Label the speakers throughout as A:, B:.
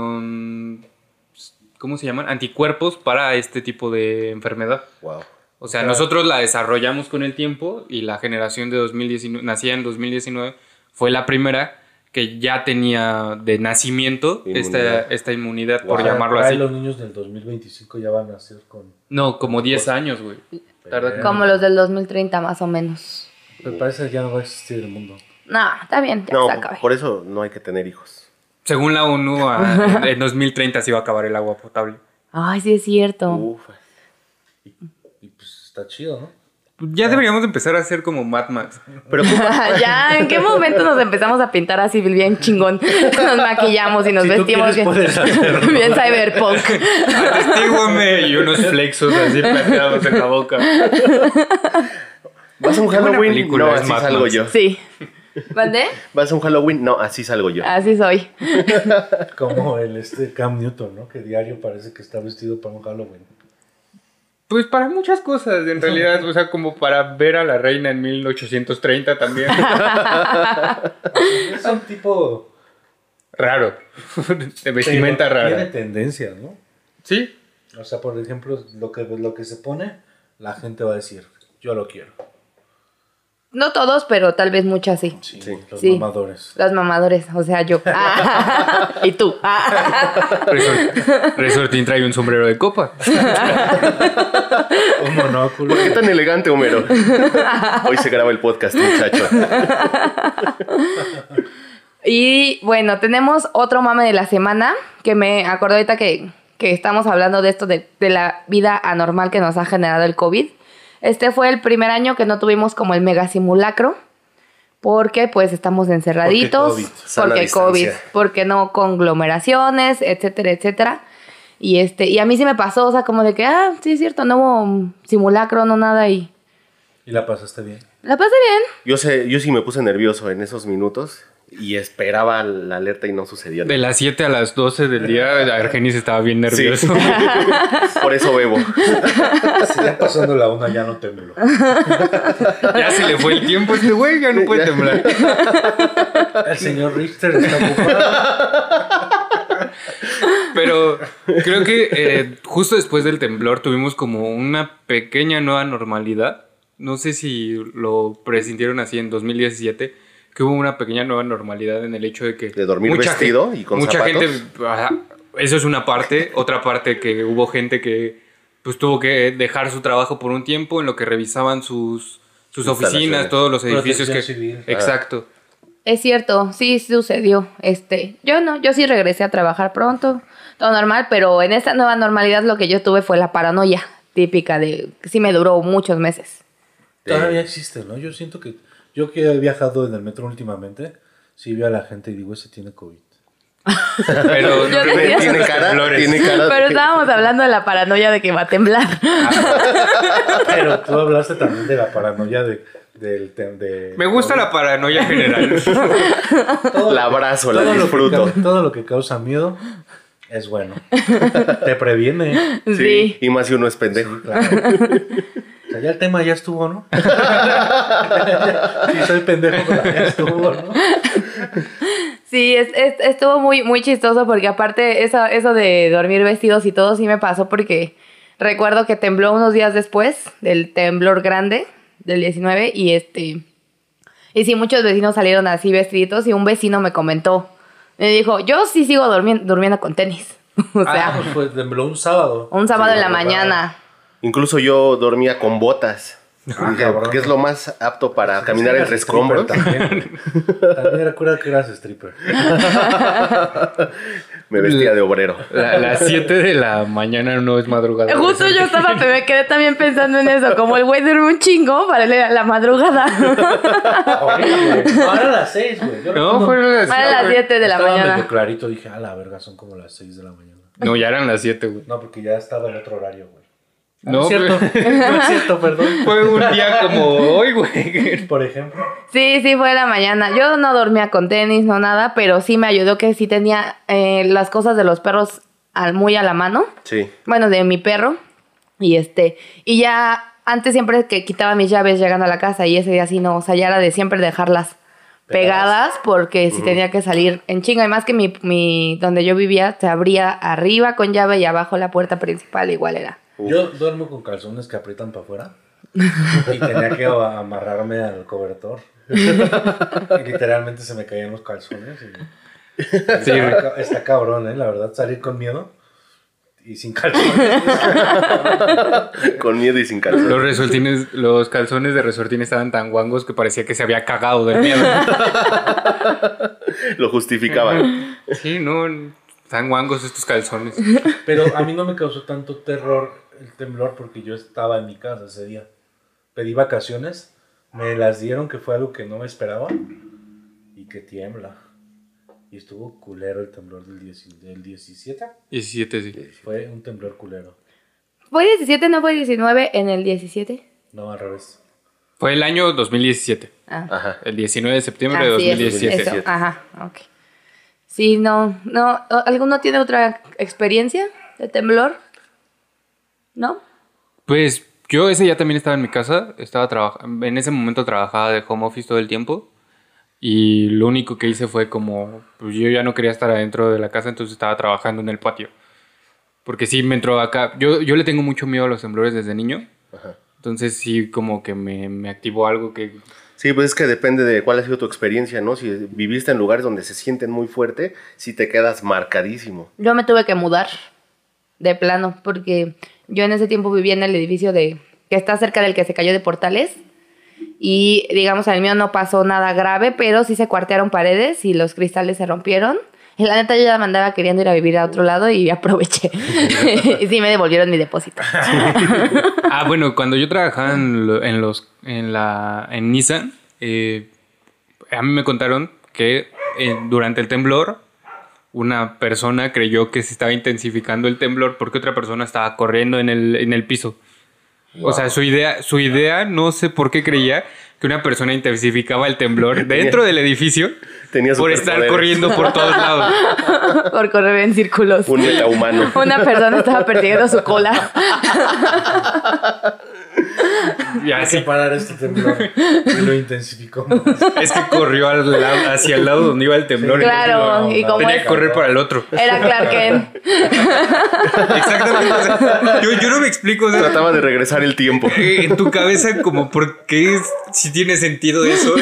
A: con pues, ¿cómo se llaman? anticuerpos para este tipo de enfermedad.
B: Wow.
A: O sea, nosotros la desarrollamos con el tiempo y la generación de 2019, nacida en 2019, fue la primera que ya tenía de nacimiento esta,
B: Inmunidad.
A: esta inmunidad,
B: Wow.
A: por llamarlo
C: Ay,
A: así.
C: los niños del 2025 ya van a ser con...
A: No, como 10 años, güey. Pues, Tarda
D: Como los del 2030, más o menos.
C: Me parece que ya no va a existir el mundo.
D: No, está bien, ya
B: No,
D: se acabó.
B: por eso no hay que tener hijos.
A: Según la ONU, a- en 2030 se iba a acabar el agua potable.
D: Ay, sí es cierto.
B: Uf.
C: Y pues está chido, ¿no?
A: Ya deberíamos empezar a hacer como Mad Max.
B: Pero ¿cómo-
D: ya, ¿en qué momento nos empezamos a pintar así bien chingón? Nos maquillamos y nos
C: Si tú
D: vestimos
C: quieres, puedes hacerlo.
D: bien, bien cyberpunk.
A: Atestíguame Ah, y unos flexos así plateados en la boca.
B: ¿Vas a un
A: Qué buena
B: Halloween?
A: película
B: no,
A: es
B: así
A: Mad
B: salgo
A: Max.
B: yo.
D: Sí. ¿Mandé?
B: ¿Vas a un Halloween? No, así salgo yo.
D: Así soy.
C: Como el este Cam Newton, ¿no? Que diario parece que está vestido para un Halloween.
A: Pues para muchas cosas, en realidad. O sea, como para ver a la reina en 1830 también.
C: Es un tipo...
A: Raro. De vestimenta
C: Pero Tiene
A: rara.
C: tendencias, ¿no?
A: Sí.
C: O sea, por ejemplo, lo que, lo que se pone, la gente va a decir, yo lo quiero.
D: No todos, pero tal vez muchas sí.
C: Sí.
B: Sí.
C: Los
D: Sí.
C: mamadores.
D: Los mamadores, o sea, yo. Ah, y tú. Ah.
A: Resort- Resortín trae un sombrero de copa.
C: Un monóculo.
B: ¿Por qué tan elegante, Homero? Hoy se graba el podcast, muchacho.
D: Y bueno, tenemos otro mame de la semana que me acordé ahorita que, que estamos hablando de esto de, de la vida anormal que nos ha generado el COVID. Este fue el primer año que no tuvimos como el mega simulacro porque pues estamos encerraditos,
C: COVID,
B: sana
D: porque
B: distancia.
D: COVID, porque no conglomeraciones, etcétera, etcétera. Y este, y a mí sí me pasó, o sea, como de que, ah, sí es cierto, no hubo mm, simulacro, no nada y
C: ¿Y la pasaste bien?
D: la pasé bien.
B: Yo, sé, yo sí me puse nervioso en esos minutos y esperaba la alerta y no sucedió.
A: De
B: nada.
A: las 7 a las 12 del día, Argenis estaba bien nervioso.
B: Por eso bebo.
C: Si ya pasando la una ya no tembló.
A: ya se le fue el tiempo a este güey, ya no puede temblar.
C: El señor Richter está ocupado.
A: Pero creo que eh, justo después del temblor tuvimos como una pequeña nueva normalidad. No sé si lo presintieron así en 2017, que hubo una pequeña nueva normalidad en el hecho de que...
B: De dormir
A: gen-
B: vestido y con
A: Mucha
B: zapatos.
A: gente... ajá, eso es una parte. Otra parte que hubo gente que pues tuvo que dejar su trabajo por un tiempo en lo que revisaban sus, sus oficinas,
B: Instalaciones.
A: todos los edificios que...
C: Protección civil.
A: Exacto.
D: Es cierto, sí sucedió. Este, yo no, yo sí regresé a trabajar pronto, todo normal, pero en esta nueva normalidad lo que yo tuve fue la paranoia típica de que sí me duró muchos meses.
C: Todavía existe, ¿no? Yo siento que. Yo que he viajado en el metro últimamente, sí veo a la gente y digo, ese tiene COVID.
A: Pero
D: Yo
B: Tiene
D: decía-
B: tiene cara,
A: Flores.
B: tiene cara de-
D: Pero estábamos hablando de la paranoia de que va a temblar.
C: Pero tú hablaste también de la paranoia de, del. tem- de-
A: me gusta la paranoia general.
C: Todo-
B: La abrazo, la
C: todo lo que
B: disfruto.
C: ca- todo lo que causa miedo es bueno. Te previene.
D: Sí.
B: Sí, Y más si uno es pendejo.
C: O sea, ya el tema ya estuvo, ¿no? sí, soy pendejo, pero ya estuvo, ¿no?
D: Sí, es- es- estuvo muy, muy chistoso porque aparte eso, eso de dormir vestidos y todo sí me pasó porque recuerdo que tembló unos días después del temblor grande del 19 y este... Y sí, muchos vecinos salieron así vestiditos y un vecino me comentó, me dijo, yo sí sigo durmi- durmiendo con tenis. o
C: Ah,
D: sea,
C: pues, pues tembló un sábado.
D: un sábado
C: Sí,
D: en la
C: madrugada.
D: mañana.
B: Incluso yo dormía con botas.
C: Ah,
B: Dije,
C: cabrón.
B: ¿Qué es lo más apto para caminar
C: Eras
B: entre
C: stripper
B: escombros?
C: También. también recuerda que eras stripper.
B: Me vestía de obrero.
A: La- las 7 de la mañana no es madrugada.
D: Eh, Justo yo estaba, me quedé también pensando en eso, como el güey duerme un chingo para la la madrugada.
C: Ahora a las seis, güey. Yo
A: No,
C: recuerdo-
A: fueron las
D: Para las 7 de la
C: estaba
D: mañana.
C: medio clarito, dije, a la verga, son como las seis de la mañana.
A: No, ya eran las 7, güey.
C: No, porque ya estaba en otro horario, güey. Ah,
A: No,
C: es cierto.
A: fue-
C: no es cierto, perdón. Pues,
A: Fue un día como hoy, güey.
C: Por ejemplo.
D: Sí, sí, fue la mañana. Yo no dormía con tenis, no nada, pero sí me ayudó que sí tenía eh, las cosas de los perros al, muy a la mano.
B: Sí.
D: Bueno, de mi perro. Y este, y ya antes siempre que quitaba mis llaves llegando a la casa y ese día sí no, o sea, ya era de siempre dejarlas pegadas porque si tenía que salir en chinga. Y más que mi, mi, donde yo vivía, se abría arriba con llave y abajo la puerta principal igual era.
C: Yo duermo con calzones que aprietan para afuera. Y tenía que a- amarrarme al cobertor. Y literalmente se me caían los calzones. y- y estaba ca- está cabrón, ¿eh? La verdad, salir con miedo y sin calzones.
B: Con miedo y sin
A: Los
B: calzón.
A: resortines, los calzones de resortín estaban tan guangos que parecía que se había cagado de miedo.
B: Lo justificaban.
A: Sí, no, tan guangos estos calzones.
C: Pero a mí no me causó tanto terror el temblor porque yo estaba en mi casa ese día. Pedí vacaciones, me las dieron, que fue algo que no me esperaba, y que tiembla. Y estuvo culero el temblor del, 10 del 17.
A: 17, sí.
C: Fue un temblor culero.
D: ¿Fue 17, no fue 19 en el 17?
C: No, al revés.
A: Fue el año 2017.
D: Ah.
B: Ajá.
A: El 19 de septiembre de
D: Así es,
A: 2017.
D: eso, ajá, ok. Sí, no, no. ¿o- ¿Alguno tiene otra experiencia de temblor? ¿No?
A: Pues yo ese ya también estaba en mi casa, estaba trabajando, en ese momento trabajaba de home office todo el tiempo y lo único que hice fue como, pues yo ya no quería estar adentro de la casa, entonces estaba trabajando en el patio. Porque sí me entró acá, yo, yo le tengo mucho miedo a los temblores desde niño, entonces sí como que me, me activó algo que...
B: Sí, pues es que depende de cuál ha sido tu experiencia, ¿no? Si viviste en lugares donde se sienten muy fuerte, si te quedas marcadísimo.
D: Yo me tuve que mudar de plano porque yo en ese tiempo vivía en el edificio de que está cerca del que se cayó de Portales y digamos al mío no pasó nada grave, pero sí se cuartearon paredes y los cristales se rompieron. Y la neta yo ya mandaba queriendo ir a vivir a otro lado y aproveché. y sí me devolvieron mi depósito.
A: Ah, bueno, cuando yo trabajaba en, lo- en los, en, la, en Nissan, eh, a mí me contaron que eh, durante el temblor una persona creyó que se estaba intensificando el temblor porque otra persona estaba corriendo en el, en el piso. O sea, su idea, su idea, no sé por qué creía que una persona intensificaba el temblor dentro del edificio
B: Tenía
A: por estar
B: superpoderes.
A: corriendo por todos lados.
D: Por correr en círculos.
B: Un metahumano.
D: Una persona estaba persiguiendo su cola.
A: Y
D: Ah,
C: Hay
A: así
C: que parar este temblor. Y lo intensificó. más.
A: es que corrió al lado- hacia el lado donde iba el temblor.
D: Claro,
C: no,
D: y
C: no,
D: como
A: Tenía
D: es-
A: que correr para el otro.
D: era Clark Kent.
A: Exactamente. o sea, yo, yo no me explico. o sea,
B: Trataba de regresar el tiempo.
A: eh, en tu cabeza, como, ¿por qué es- si tiene sentido eso?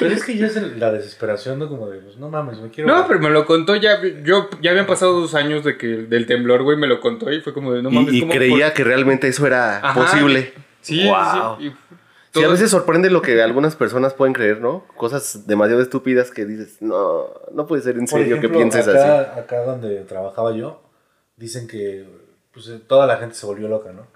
C: Pero es que ya es el- la desesperación, ¿no? Como de, pues, no mames, me quiero.
A: No, pero me lo contó ya. Yo ya habían pasado dos años de que del temblor, güey, me lo contó y fue como de no
B: Y-
A: mames.
B: y
A: ¿cómo
B: creía
A: por-
B: que realmente eso era
A: Ajá.
B: posible.
A: Sí,
B: Wow.
A: sí. y
B: Sí, a
A: todo-
B: veces sorprende lo que algunas personas pueden creer, ¿no? Cosas demasiado estúpidas que dices, no, no puede ser en
C: Por
B: serio que
C: ejemplo,
B: pienses
C: acá,
B: así.
C: acá donde trabajaba yo, dicen que pues, eh, toda la gente se volvió loca, ¿no?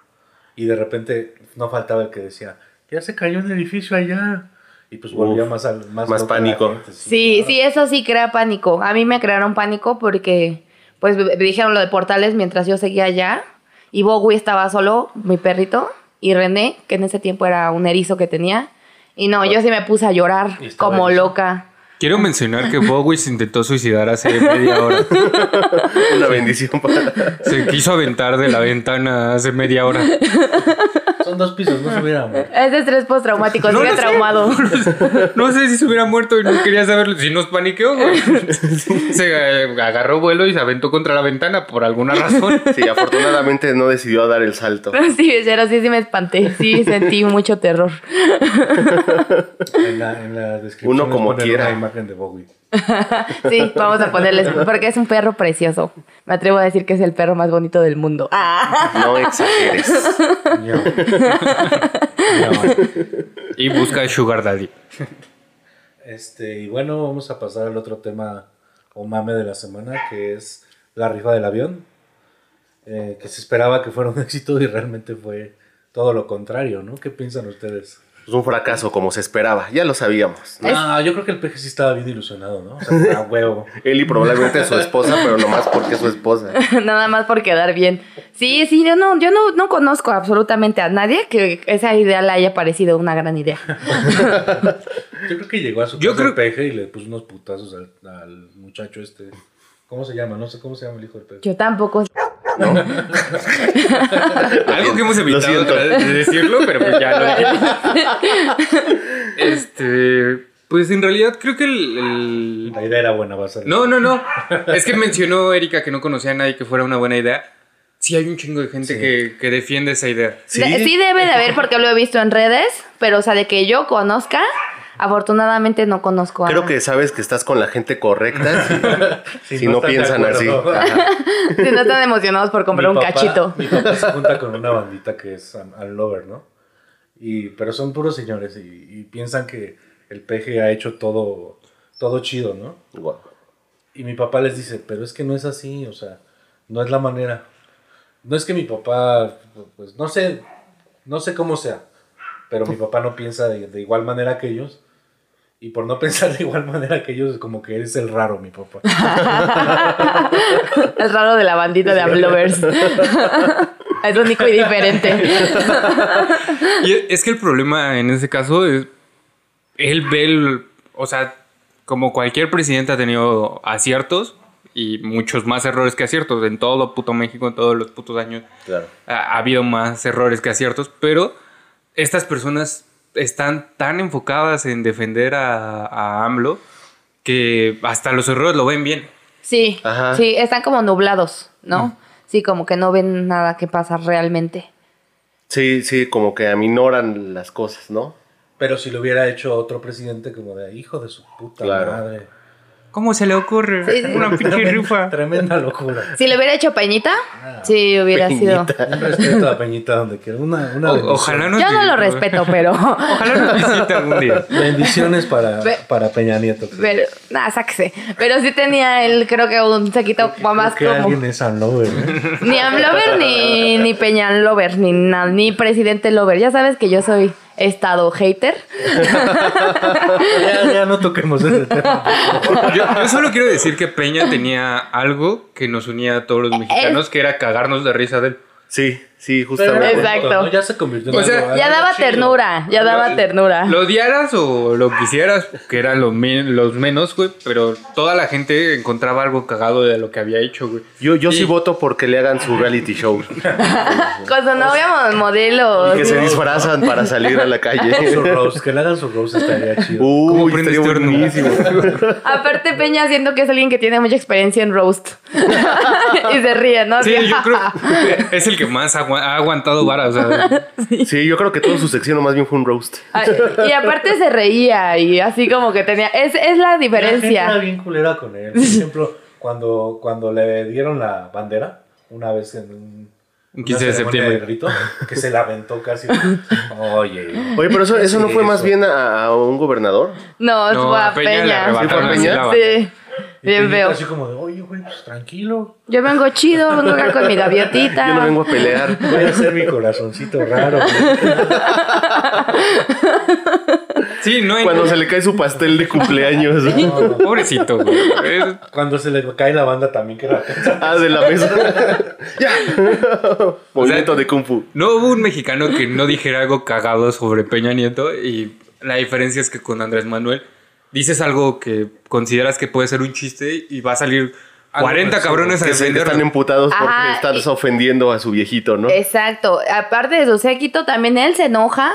C: Y de repente no faltaba el que decía, ya se cayó un edificio allá. Y pues volvía
B: Uf,
C: más al- más,
B: más
C: loca la
B: pánico.
C: gente,
D: Sí,
C: claro.
D: sí, eso sí crea pánico. A mí me crearon pánico porque, pues, me me dijeron lo de portales mientras yo seguía allá. Y Bowie estaba solo, mi perrito, y René, que en ese tiempo era un erizo que tenía. Y no, yo sí me puse a llorar
C: ¿Y estaba
D: como
C: erizo?
D: loca.
A: Quiero mencionar que Bowie se intentó suicidar hace media hora.
B: Una bendición para...
A: Se quiso aventar de la ventana hace media hora.
C: Son dos pisos, no se hubiéramos.
D: Es de estrés postraumático,
A: No
D: sigue
A: lo sé.
D: traumado.
A: No sé si se hubiera muerto y no quería saberlo. Si nos paniqueó, güey. Se eh, agarró vuelo y se aventó contra la ventana por alguna razón.
B: Sí, afortunadamente no decidió dar el salto.
D: Sí, pero sí, sí me espanté. Sí, sentí mucho terror.
C: En la, en la descripción.
B: Uno
C: les
B: como
C: ponen
B: quiera.
C: Una imagen de Bowie.
D: Sí, vamos a ponerles, porque es un perro precioso. Me atrevo a decir que es el perro más bonito del mundo. Ah.
B: No exageres.
C: Miau. Miau.
A: Y busca a Sugar Daddy.
C: Este, y bueno, vamos a pasar al otro tema o mame de la semana, que es la rifa del avión, eh, que se esperaba que fuera un éxito y realmente fue todo lo contrario, ¿no? ¿Qué piensan ustedes?
B: Es un fracaso como se esperaba, ya lo sabíamos. ¿no?
C: Ah, yo creo que el peje sí estaba bien ilusionado, ¿no? O sea, a huevo.
B: Él y probablemente su esposa, pero nomás porque es su esposa.
D: Nada más por quedar bien. Sí, sí, yo no, yo no, no conozco absolutamente a nadie que esa idea le haya parecido una gran idea.
C: Yo creo que llegó a su
A: Yo
C: yo casa
A: creo-
C: el peje y le puso unos putazos al, al muchacho este. ¿Cómo se llama? No sé cómo se llama el hijo del peje.
D: Yo tampoco.
A: Algo que hemos
B: Lo
A: evitado
B: siento.
A: de decirlo, pero pues ya lo dijimos. Este. Pues en realidad creo que el- el
C: La idea era buena, va a ser.
A: No, no, no. Es que mencionó Erika que no conocía a nadie que fuera una buena idea. Sí, hay un chingo de gente que, que defiende esa idea.
B: Sí.
D: De- sí debe de haber porque lo he visto en redes, pero o sea, de que yo conozca, afortunadamente no conozco a
B: Creo que sabes que estás con la gente correcta. Si no
C: están de
B: piensan
C: acuerdo.
D: Si no están emocionados por comprar
C: Mi
D: un
C: papá-
D: cachito.
C: Mi papá se junta con una bandita que es un- un lover, ¿no? Y, pero son puros señores y, y piensan que el peje ha hecho todo, todo chido, ¿no?
B: Guau.
C: Y mi papá les dice, pero es que no es así, o sea, no es la manera. No es que mi papá, pues no sé, no sé cómo sea, pero mi papá no piensa de, de igual manera que ellos. Y por no pensar de igual manera que ellos, como que eres el raro, mi papá.
D: Es raro de la bandita de Amlovers. es único y diferente.
A: Y e, es que el problema en ese caso es. Él ve. el- o sea, como cualquier presidente ha tenido aciertos y muchos más errores que aciertos. En todo puto México, en todos los putos años,
B: Claro.
A: ha, ha habido más errores que aciertos. Pero estas personas están tan enfocadas en defender a, a AMLO que hasta los errores lo ven bien.
D: Sí,
B: Ajá. Mm.
D: sí, están como nublados, ¿no? Sí, como que no ven nada que pasa realmente.
B: Sí, sí, como que aminoran las cosas, ¿no?
C: Pero si lo hubiera hecho otro presidente, como de hijo de su puta
B: Claro.
C: madre.
A: ¿Cómo se le ocurre?
D: Sí, sí.
A: Una pinche rifa.
C: Tremenda locura.
D: Si le hubiera hecho Peñita,
B: Ah.
D: sí hubiera sido.
C: Un respeto a Peñita donde quiera. Una, una
A: O-
C: bendición.
A: ojalá no
D: Yo no lo respeto, pero.
A: Ojalá nos visite algún día.
C: Bendiciones para,
D: Ve-
C: para Peña Nieto.
D: Pero, nada, sáquese. Pero sí tenía él, creo que un saquito más
C: que alguien
D: como.
C: es unlover, ¿eh?
D: Ni Amlover, ni, ni Peñan Lover, ni, na- ni Presidente Lover. Ya sabes que yo soy estado hater.
C: Ya, ya no toquemos ese tema.
A: Yo, yo solo quiero decir que Peña tenía algo que nos unía a todos
D: Eh,
A: los mexicanos, que era cagarnos de risa de él.
B: Sí, sí,
C: Pero era
B: justamente.
D: Exacto.
C: bonito, ¿no? Pues Ya se convirtió en
A: O sea,
C: algo-
D: Ya
C: algo
D: daba
C: chido.
D: ternura, ya daba ternura.
A: Lo odiaras o lo quisieras, que eran los, men- los menos, güey, pero toda la gente encontraba algo cagado de lo que había hecho, güey.
B: Yo, yo sí
A: Y-
B: voto porque le hagan su reality show.
D: Con su novia mo- modelo.
B: que se disfrazan para salir a la
C: Su
B: calle.
C: roast, que le hagan su roast estaría chido.
D: Uh,
B: Uy,
A: prendes
B: estaría
A: turno?
B: buenísimo.
D: Aparte, Peña siento que es alguien que tiene mucha experiencia en roast. y se ríe, ¿no?
A: Sí, yo creo que es el que más agua- ha aguantado vara, o sea,
B: Sí, yo creo que todo su sección más bien fue un roast.
D: Ay, Y aparte se reía y así como que tenía... Es, es la
C: La gente era
D: diferencia.
C: bien culera con él. Por ejemplo, cuando, cuando le dieron la bandera, una vez en un...
A: Un
C: una
A: 15 de
C: ceremonia
A: septiembre.
C: grito, que se la aventó casi. Oye.
B: Oye, pero eso, eso no
C: Sí,
B: fue más
C: eso.
B: bien a, a un gobernador.
D: No,
A: No,
D: fue a
A: a Peña le
D: Peña.
A: arrebataron
B: ¿Sí fue a
D: Sí,
B: Peña?
A: la
D: sí.
C: Y
D: Bien
C: Peñita
D: veo.
C: Así como de, oye, güey, pues tranquilo.
D: Yo vengo chido, vengo acá con mi gaviotita.
B: Yo no vengo a pelear.
C: Voy a hacer mi corazoncito raro. güey.
A: sí, no hay...
B: Cuando se le cae su pastel de cumpleaños.
A: Pobrecito, güey. Es-
C: Cuando se le cae la banda también, que era...
B: Ah, de la mesa. ¡Ya! Movimiento de Kung Fu.
A: No hubo un mexicano que no dijera algo cagado sobre Peña Nieto y la diferencia es que con Andrés Manuel dices algo que consideras que puede ser un chiste y va a salir
C: Algo
A: 40
C: gracioso,
A: cabrones a
B: Que se- que están
A: defenderlo.
B: emputados porque
D: Ajá,
B: estás
D: y-
B: ofendiendo a su viejito, ¿no?
D: Exacto. Aparte de su séquito, también él se enoja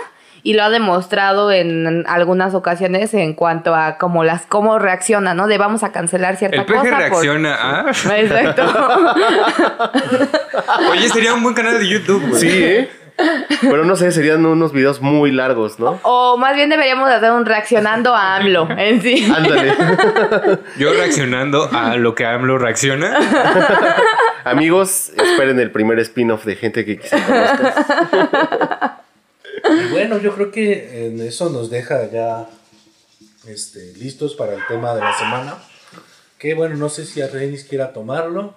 D: y lo ha demostrado en algunas ocasiones en cuanto a cómo las cómo reacciona, ¿no? De vamos a cancelar cierta
A: El
D: cosa. pues.
A: peje
D: por-
A: reacciona ¿ah? a...
D: Exacto.
A: Oye, sería un buen canal de YouTube, güey.
B: Sí, ¿eh? Pero no sé, serían unos videos muy largos, ¿no?
D: o más bien deberíamos hacer un reaccionando a AMLO en sí.
B: Ándale.
A: Yo reaccionando a lo que AMLO reacciona.
B: Amigos, esperen el primer spin-off de gente que quise conocer.
C: Y bueno, yo creo que en eso nos deja ya este, listos para el tema de la semana. Que bueno, no sé si Argenis quiera tomarlo.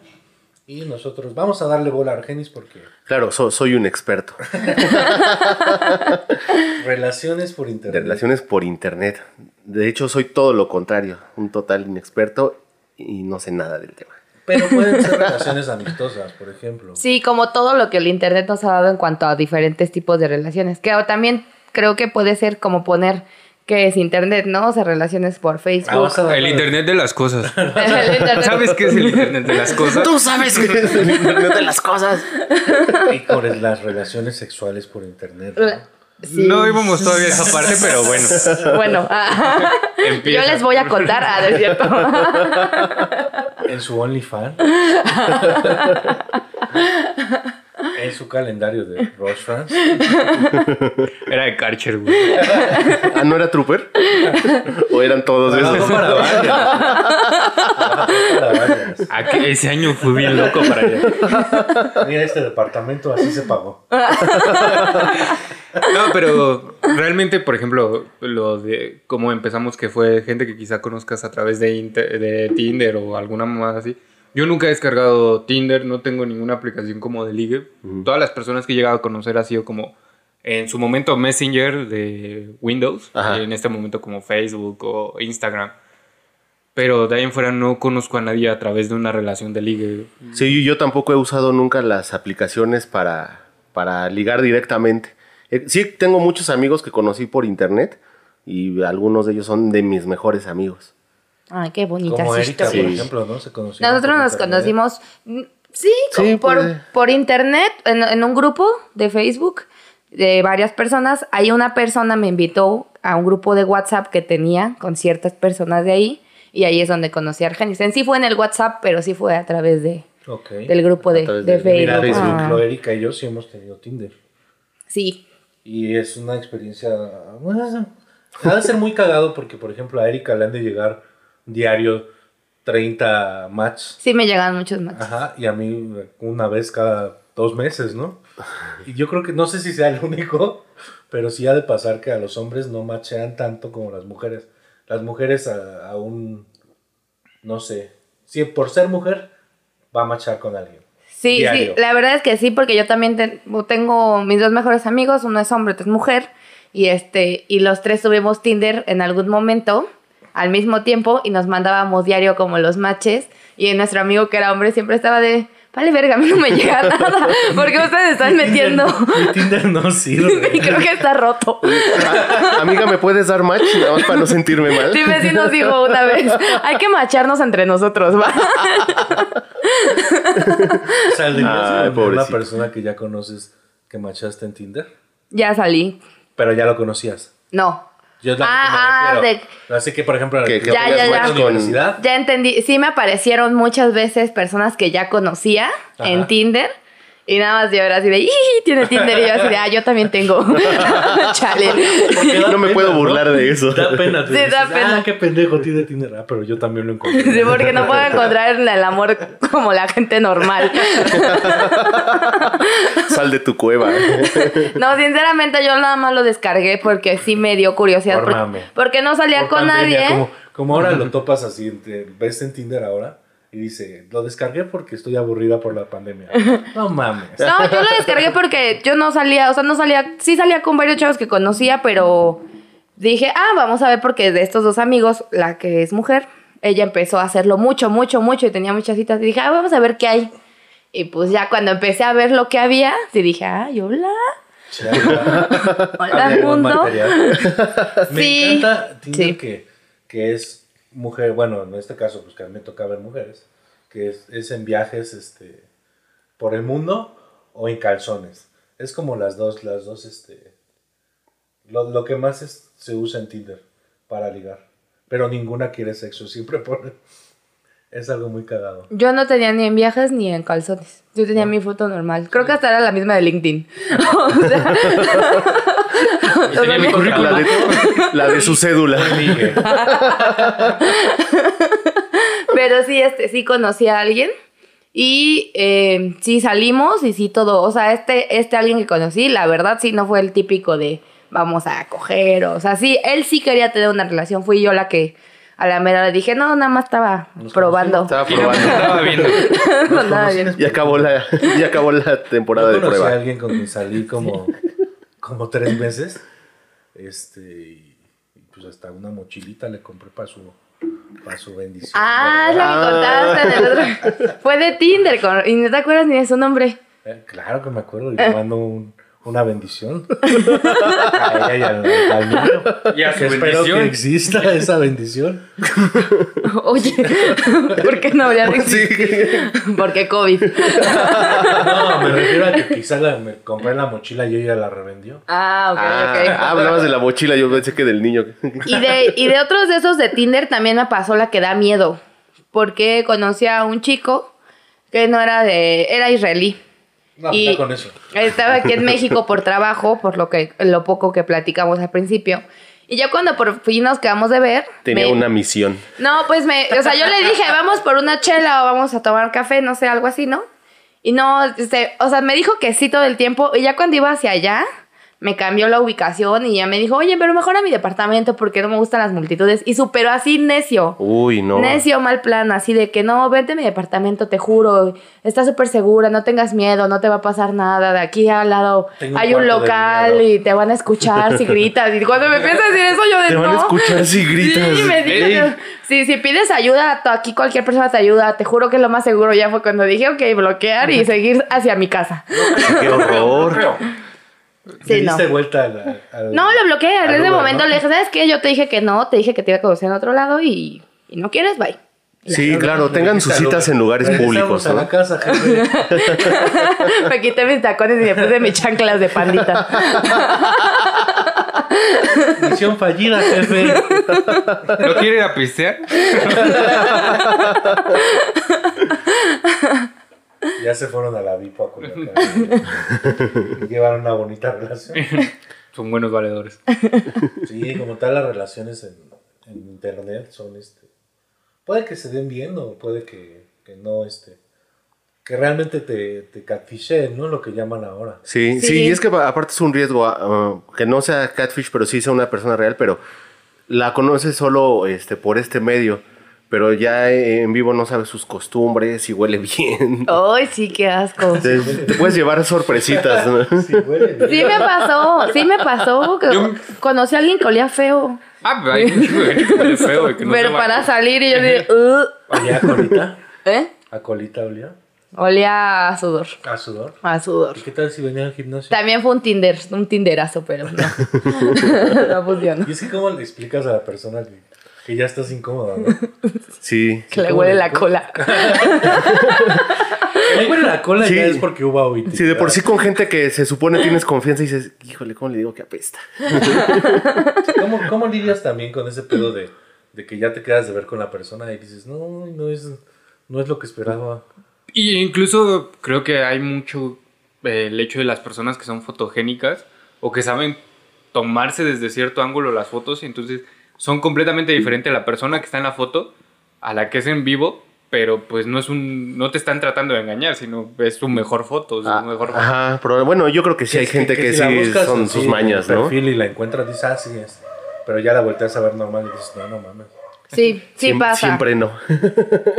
C: Y nosotros vamos a darle bola a Argenis porque
B: Claro, so- soy un experto
C: relaciones por
B: de
C: internet.
B: relaciones por internet. De hecho, soy todo lo contrario, un total inexperto y no sé nada del tema.
C: Pero pueden ser relaciones amistosas, por ejemplo.
D: Sí, como todo lo que el internet nos ha dado en cuanto a diferentes tipos de relaciones. Que también creo que puede ser como poner que es internet, ¿no? O sea, relaciones por
C: Ah,
D: Facebook.
C: vas a darle-
A: El internet de las cosas.
D: El internet.
A: ¿Sabes qué es el internet de las cosas?
B: Tú sabes que es el internet de las cosas.
C: Y por las relaciones sexuales por internet. ¿no?
D: Sí.
A: No íbamos todavía a esa parte, pero bueno.
D: Bueno, ah, yo
A: Empieza.
D: les voy a contar, ah, no es cierto.
C: En su OnlyFans. en su calendario de Ross France.
A: Era de Karcher, güey.
B: ¿Ah, no era Trooper? ¿O eran todos
C: Trabajó
B: esos?
C: para varias. Trabajó para varias.
A: ¿A qué? Ese año fue bien loco para allá.
C: Mira, este departamento así se pagó.
A: No, pero realmente, por ejemplo, lo de cómo empezamos, que fue gente que quizá conozcas a través de, inter- de Tinder o alguna mamada así. Yo nunca he descargado Tinder, no tengo ninguna aplicación como de ligue. Todas las personas que he llegado a conocer ha sido como en su momento Messenger de Windows,
B: Ajá.
A: y en este momento como Facebook o Instagram. Pero de ahí en fuera no conozco a nadie a través de una relación de ligue.
B: Sí, yo tampoco he usado nunca las aplicaciones para, para ligar directamente. Eh, Sí, tengo muchos amigos que conocí por internet y algunos de ellos son de mis mejores amigos.
D: Ay, qué bonita
C: Como Erika, por
B: Sí.
C: ejemplo, ¿no? Se conoció.
D: Nosotros nos conocimos, mm, sí,
B: Sí,
D: co- por,
B: puede.
D: por internet, en, en un grupo de Facebook de varias personas. Ahí una persona me invitó a un grupo de WhatsApp que tenía con ciertas personas de ahí. Y ahí es donde conocí a Argenis. En sí fue en el WhatsApp, pero sí fue a través de,
C: Ok.
D: del grupo de,
B: A través
D: de
B: del-
D: Facebook.
C: Mira, por
B: Facebook.
D: Ah,
C: ejemplo, Erika y yo sí hemos tenido Tinder.
D: sí,
C: Y es una experiencia. bueno, Ha de ser muy cagado porque, por ejemplo, a Erika le han de llegar diario 30 matches.
D: sí me llegan muchos más.
C: Ajá, y a mí una vez cada dos meses, ¿no? Y yo creo que, no sé si sea el único, pero sí ha de pasar que a los hombres no machean tanto como las mujeres. Las mujeres a- aún, no sé, si por ser mujer va a machear con alguien.
D: Sí,
C: diario.
D: sí, la verdad es que sí, porque yo también ten- tengo mis dos mejores amigos, uno es hombre, otro es mujer, Y este, y los tres subimos Tinder en algún momento, al mismo tiempo, y nos mandábamos diario como los matches. Y nuestro amigo que era hombre siempre estaba de, vale verga, a mí no me llega nada, porque ustedes están metiendo.
C: Mi Tinder no
D: y
C: sirve.
D: creo que está roto.
B: Ah, Amiga, ¿me puedes dar match? Nada más para no sentirme mal.
D: Sí, me sí nos dijo una vez, hay que macharnos entre nosotros, ¿va?
C: O sea,
B: Ay,
C: ¿dirías a una
B: pobrecito.
C: persona que ya conoces que machaste en Tinder,
D: Ya salí.
C: pero ya lo conocías.
D: No.
C: Yo es la
D: Ah,
C: que me
D: ah,
C: refiero. Así que, por ejemplo,
B: Que- que
C: en
D: Ya,
C: la
D: ya, ya.
C: en la universidad,
D: Ya entendí. Sí me aparecieron muchas veces personas que ya conocía
C: Ajá.
D: en Tinder. Y nada más yo era así de, "Ih, tiene Tinder. Y yo así de, ah, yo también tengo. Chale.
C: porque da
B: No me puedo
C: pena,
B: burlar de eso.
C: Da pena. tú
D: Sí,
C: dices,
D: da
C: "Ah,
D: pena".
C: qué pendejo tiene Tinder. Ah, pero yo también lo encontré.
D: Sí, porque no puedo encontrar el amor como la gente normal.
B: Sal de tu cueva.
D: No, sinceramente yo nada más lo descargué porque sí me dio curiosidad.
C: Por
D: por-
C: mame.
D: porque no salía
C: Por
D: con
C: pandemia,
D: nadie. ¿eh?
C: Como, como ahora lo topas así, te ves en Tinder ahora y dice, lo descargué porque estoy aburrida por la pandemia. No mames.
D: No, yo lo descargué porque yo no salía, o sea, no salía, sí salía con varios chavos que conocía, pero dije, ah, vamos a ver porque de estos dos amigos, la que es mujer, ella empezó a hacerlo mucho, mucho, mucho y tenía muchas citas y dije, ah, vamos a ver qué hay. Y pues ya cuando empecé a ver lo que había, sí dije, ay, hola, hola
C: Había buen
D: mundo.
C: material. Me
D: Sí.
C: encanta Tinder
D: Sí.
C: que, que es mujer, bueno, en este caso, pues que a mí me toca ver mujeres, que es, es en viajes este, por el mundo o en calzones. Es como las dos, las dos, este, lo, lo que más es- se usa en Tinder para ligar. Pero ninguna quiere sexo, siempre pone. Es algo muy cagado.
D: Yo no tenía ni en viajes ni en calzones. Yo tenía mi foto normal. Creo que hasta era la misma de LinkedIn. o sea,
A: Tenía mi
B: La
A: currículum.
B: de, la de su cédula.
C: Ligue.
D: Pero sí, este, sí conocí a alguien. Y eh, sí salimos y sí todo. O sea, este, este alguien que conocí, la verdad sí no fue el típico de vamos a coger. O sea, sí, él sí quería tener una relación. Fui yo la que a la mera le dije, no, nada más estaba probando.
B: Estaba
A: Y no me
B: probando.
A: estaba viendo.
D: No, nada bien.
B: Y acabó la, y acabó la temporada de
C: Yo conocí a
B: prueba.
C: alguien con quien salí como, como tres meses. Este, y y pues hasta una mochilita le compré para su, para su bendición.
D: Ah, es la que contaste del otro. Fue de Tinder con- y no te acuerdas ni de su nombre.
C: Eh, Claro que me acuerdo, y le mando un- una bendición a ella y al, al niño.
A: Y a su
C: Que espero
A: bendición.
C: que exista esa bendición.
D: Oye, ¿por qué no habría de
B: Sí.
D: Porque COVID.
C: No, me refiero a que quizás la- me compré la mochila y ella la revendió.
D: Ah, ok, ok.
B: Ah, hablabas de la mochila, yo pensé que del niño.
D: Y de, y de otros de esos de Tinder también me pasó la que da miedo. Porque conocí a un chico que no era de. era israelí.
C: No,
D: Y-
C: Ah, ya con eso.
D: Estaba aquí en México por trabajo, por lo que lo poco que platicamos al principio. Y ya cuando por fin nos quedamos de ver.
B: Tenía
D: me-
B: una misión.
D: No, pues me. O sea, yo le dije, vamos por una chela o vamos a tomar café, no sé, algo así, ¿no? Y no, este, o sea, me dijo que sí todo el tiempo. Y ya cuando iba hacia allá, me cambió la ubicación y ya me dijo, oye, pero mejor a mi departamento porque no me gustan las multitudes. Y superó así necio.
B: Uy, no.
D: Necio, mal plan, así de que no, vente a mi departamento, te juro, está súper segura, no tengas miedo, no te va a pasar nada, de aquí al lado
C: Tengo un
D: hay un
C: cuarto de
D: local
C: miedo.
D: y te van a escuchar si gritas. Y cuando me empieza a decir eso, yo de
B: Te van a
D: "No".
B: escuchar si gritas.
D: Sí, me
A: Ey.
D: dijo, sí, si pides ayuda, to- aquí cualquier persona te ayuda. Te juro que lo más seguro ya fue cuando dije, ok, bloquear y seguir hacia mi casa.
B: Qué horror.
D: Sí,
C: Le
D: no.
C: diste vuelta a la- al-
D: No, lo bloqueé. En
C: al
D: ese
C: Uber,
D: momento
C: ¿no?
D: le dije, ¿sabes qué? Yo te dije que no, te dije que te iba a conocer en otro lado y, y no quieres, bye.
B: Sí, claro, tengan sus
C: Regresamos
B: citas en lugares públicos,
C: a la
B: ¿no?
C: casa, jefe.
D: me quité mis tacones y me puse mis chanclas de pandita.
C: Misión fallida, jefe.
A: ¿No quiere ir a pistear?
C: Ya se fueron a la Bipo a Culiacán. Llevaron una bonita relación.
A: Son buenos valedores.
C: Sí, como tal, las relaciones en, en internet son este. Puede que se den bien o puede que, que no, este. Que realmente te, te catfisheen, ¿no? Lo que llaman ahora.
B: Sí, sí,
D: Sí.
B: y es que pa- aparte es un riesgo ah, ah, que no sea catfish, pero sí sea una persona real, pero la conoces solo este por este medio. pero ya eh, en vivo no sabes sus costumbres, si huele bien.
D: Ay, sí, qué asco.
B: Te, te puedes llevar sorpresitas. ¿no?
C: Sí, huele.
D: Sí me pasó, sí me pasó. que
A: Yo-
D: Conocí a alguien que olía feo.
A: Ah, pero hay mucho de- de feo de que no
D: pero
A: se
D: para
A: va-
D: salir y yo dije, "Ugh".
C: ¿Olía a colita?
D: ¿eh?
C: ¿A colita olía?
D: Olía a sudor.
C: ¿A sudor?
D: A sudor.
C: ¿Y qué tal si venía al gimnasio?
D: También fue un Tinder, un Tinderazo, pero no. no funcionó.
C: Y es que cómo le explicas a la persona que, que ya estás incómoda, ¿no?
B: Sí.
D: Que le
C: ¿cómo
D: huele
C: le
D: la cola.
C: Bueno, la cola
B: Sí.
C: ya es porque hubo OIT.
B: Sí, de por sí con gente que se supone tienes confianza y dices, híjole, ¿cómo le digo que apesta?
C: ¿Cómo, cómo lidias también con ese pedo de, de que ya te quedas de ver con la persona y dices, no, no es, no es lo que esperaba?
A: Y incluso creo que hay mucho eh, el hecho de las personas que son fotogénicas o que saben tomarse desde cierto ángulo las fotos y entonces son completamente diferente a la persona que está en la foto a la que es en vivo, pero pues no es un no te están tratando de engañar, sino es tu mejor foto, es tu mejor foto.
B: Ah, Ajá, pero bueno, yo creo que sí hay gente que,
C: si la
B: sí
C: buscas
B: son
C: así
B: sus
C: en
B: mañas,
C: el
B: ¿no?
C: perfil y la encuentras, dices, ah, sí es. Pero ya la volteas a ver normal y dices, no, no mames.
D: Sí, sí
B: Siem-
D: pasa.
B: Siempre no.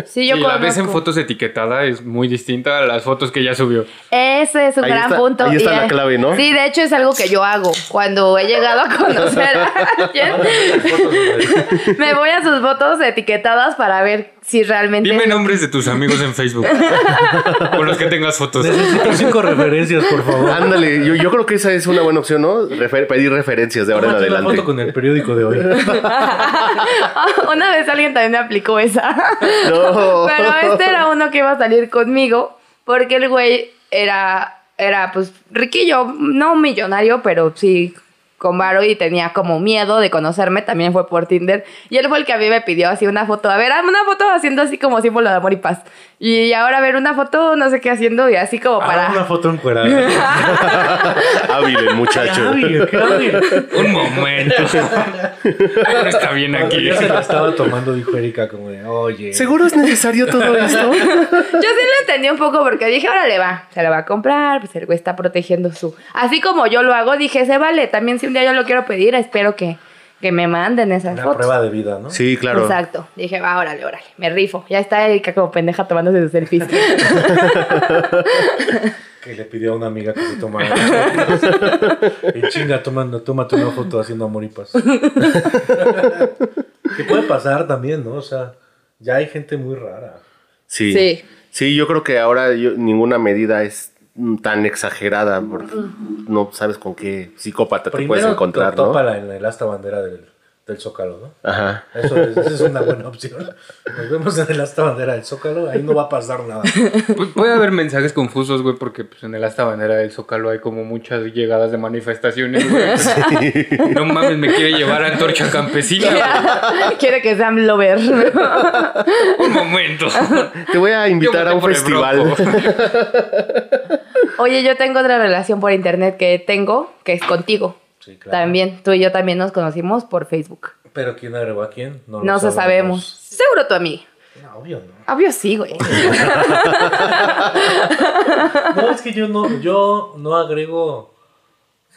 D: Sí,
A: Y
D: yo
A: la ves en
D: conozco.
A: fotos etiquetada es muy distinta a las fotos que ya subió.
D: Ese es un
B: Ahí
D: gran
B: está-
D: punto.
B: ahí está
D: Y,
B: la
D: eh,
B: clave, ¿no?
D: Sí, de hecho es algo que yo hago. Cuando he llegado a conocer a alguien,
C: Fotos de-
D: me voy a sus fotos etiquetadas para ver si realmente...
A: Dime nombres de tus amigos en Facebook con los que tengas fotos.
C: Necesito cinco referencias, por favor.
B: Ándale, yo, yo creo que esa es una buena opción, ¿no? Refer- pedir referencias de ahora en
C: Tómate una
B: adelante.
C: foto con el periódico de hoy.
D: Una vez alguien también me aplicó esa.
B: No.
D: Pero este era uno que iba a salir conmigo porque el güey era, era pues riquillo, no millonario, pero sí con varo y tenía como miedo de conocerme, también fue por Tinder. Y él fue el que a mí me pidió así una foto, a ver, hazme una foto haciendo así como símbolo de amor y paz. Y ahora a ver una foto, no sé qué haciendo y así como
C: Ah, una
D: para...
C: foto encuerada.
B: Hábil el muchacho.
C: Ay, qué hábil.
A: Un momento. No está bien
C: Cuando
A: aquí.
C: yo se la estaba tomando, dijo Erika, como de, oye.
B: ¿Seguro es necesario todo esto?
D: Yo sí lo entendí un poco porque dije, órale va, se la va a comprar, pues el güey está protegiendo su... Así como yo lo hago, dije, se vale, también si un día yo lo quiero pedir, espero que, que me manden esas
C: Una
D: fotos.
C: prueba de vida, ¿no?
B: Sí, claro.
D: Exacto. Dije, va, órale, órale, me rifo. Ya está Erika como pendeja tomándose sus selfies.
C: Que le pidió a una amiga que se tomara. una foto. y chinga, tomando, tómate una foto haciendo amor y paz. que puede pasar también, ¿no? O sea, ya hay gente muy rara.
B: Sí.
D: Sí.
B: sí. yo creo que ahora yo- ninguna medida es mm, tan exagerada porque no sabes con qué psicópata te puedes encontrar,
C: to-
B: ¿no?
C: tópala en el asta bandera del, del Zócalo, ¿no?
B: Ajá.
C: Eso es, esa es una buena opción. Nos vemos en el asta bandera del Zócalo, ahí no va a pasar nada.
A: Pu- Pues Puede haber mensajes confusos, güey, porque pues, en el asta bandera del Zócalo hay como muchas llegadas de manifestaciones, güey. No mames, me quiere llevar a Antorcha Campesina. güey.
D: Quiere que Sam lo ver.
A: Un momento.
B: Te voy a
A: Yo
B: invitar
A: voté
B: a un
A: por el
B: festival.
A: Bronco.
D: Oye, yo tengo otra relación por internet que tengo, que es contigo.
C: Sí, claro.
D: También, tú y yo también nos conocimos por Facebook.
C: Pero quién agregó a quién, no
D: No,
C: lo
D: se sabemos. Seguro tú a mí.
C: No, obvio, no.
D: Obvio sí, güey.
C: No, es que yo no, yo no agrego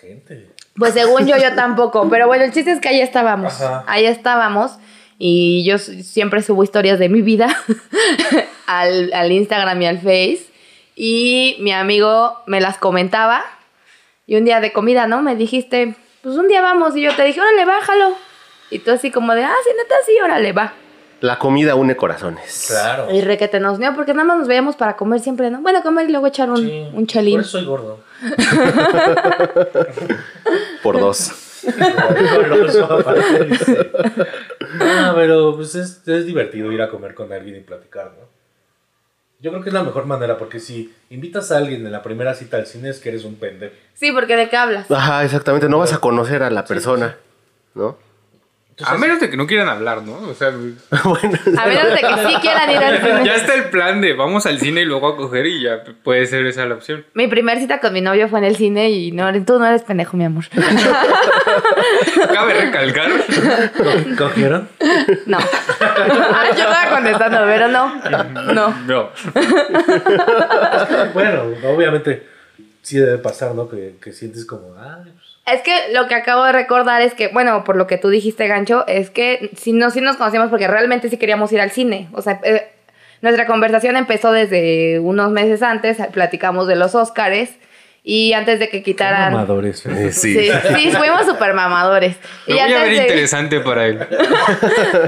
C: gente.
D: Pues según yo, yo tampoco. Pero bueno, el chiste es que ahí estábamos.
C: Ajá.
D: Ahí estábamos. Y yo s- siempre subo historias de mi vida al, al Instagram y al Face. Y mi amigo me las comentaba. Y un día de comida, ¿no? Me dijiste, pues un día vamos. Y yo te dije, órale, bájalo. Y tú así como de, ah, sí, neta, sí, órale, va.
B: La comida une corazones.
C: Claro.
D: Y re que te nos unió, porque nada más nos veíamos para comer siempre, ¿no? Bueno, comer y luego echar un,
C: Sí,
D: un chalín.
C: Por eso soy gordo.
B: Por dos.
C: Goloso, aparte, dice. Ah, pero pues es, es divertido ir a comer con alguien y platicar, ¿no? Yo creo que es la mejor manera, porque si invitas a alguien en la primera cita al cine es que eres un pendejo.
D: Sí, porque de qué hablas.
B: Ajá, exactamente. No vas a conocer a la persona, ¿no?
A: A menos de que no quieran hablar, ¿no? O sea,
B: bueno,
D: A menos de que sí quieran ir al cine.
A: ya está el plan de vamos al cine y luego a coger y ya puede ser esa la opción.
D: Mi primer cita con mi novio fue en el cine y no, tú no eres pendejo, mi amor.
A: Cabe recalcar.
C: Co- ¿Cogieron?
D: No. Ah, yo estaba contestando, pero no. No.
A: No.
C: Bueno, obviamente sí debe pasar, ¿no? Que, que sientes como, ah, pues,
D: Es que lo que acabo de recordar es que, bueno, por lo que tú dijiste, Gancho, es que si no, sí nos conocimos porque realmente sí queríamos ir al cine. O sea, eh, nuestra conversación empezó desde unos meses antes, platicamos de los Óscares y antes de que quitaran...
C: Amadores.
B: Eh, sí.
D: Sí, sí, fuimos super mamadores.
A: Lo
D: Y
A: voy a ver
D: antes, de,
A: interesante para él.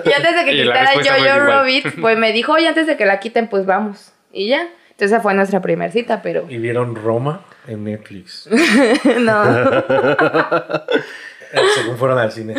D: y antes de que
A: Y la
D: quitaran
A: respuesta
D: Jojo
A: fue igual.
D: Rabbit, pues me dijo, oye, antes de que la quiten, pues vamos. Y ya. Entonces esa fue nuestra primer cita, pero
C: Y vieron Roma en Netflix.
D: no.
C: Eh, Según fueron al cine.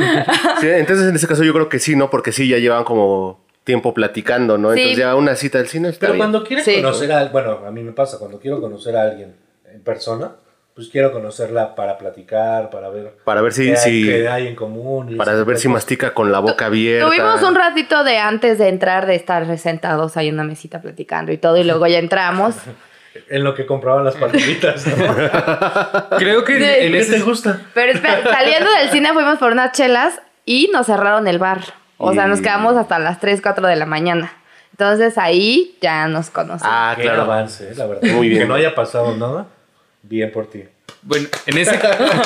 B: Sí, entonces en ese caso yo creo que sí, ¿no? Porque sí, ya llevan como tiempo platicando, ¿no?
D: Sí.
B: Entonces ya una cita al cine está
C: Pero
B: bien.
C: cuando quieres
D: Sí.
C: conocer a bueno, a mí me pasa, cuando quiero conocer a alguien en persona, pues quiero conocerla para platicar, para ver
B: Para ver si...
C: qué, hay,
B: si-
C: qué hay en común. y
B: para
C: ese
B: ver si
C: tipo de
B: mastica con la boca abierta.
D: Tuvimos un ratito de antes de entrar, de estar sentados ahí en una mesita platicando y todo, y luego ya entramos.
C: cosas. En lo que compraban las palomitas. ¿no?
A: Creo que en-
D: Sí.
A: en
C: ¿Qué
B: este
C: te
A: ese
C: gusta?
D: Pero espera, saliendo del cine fuimos por unas chelas y nos cerraron el bar. O sea, nos
B: Y-
D: quedamos hasta las 3, 4 de la mañana. Entonces ahí ya nos conocimos.
B: Ah,
C: Qué
B: claro.
C: avance, eh, la verdad.
B: Muy bien.
C: Que no haya pasado nada, bien por ti.
A: Bueno, en este,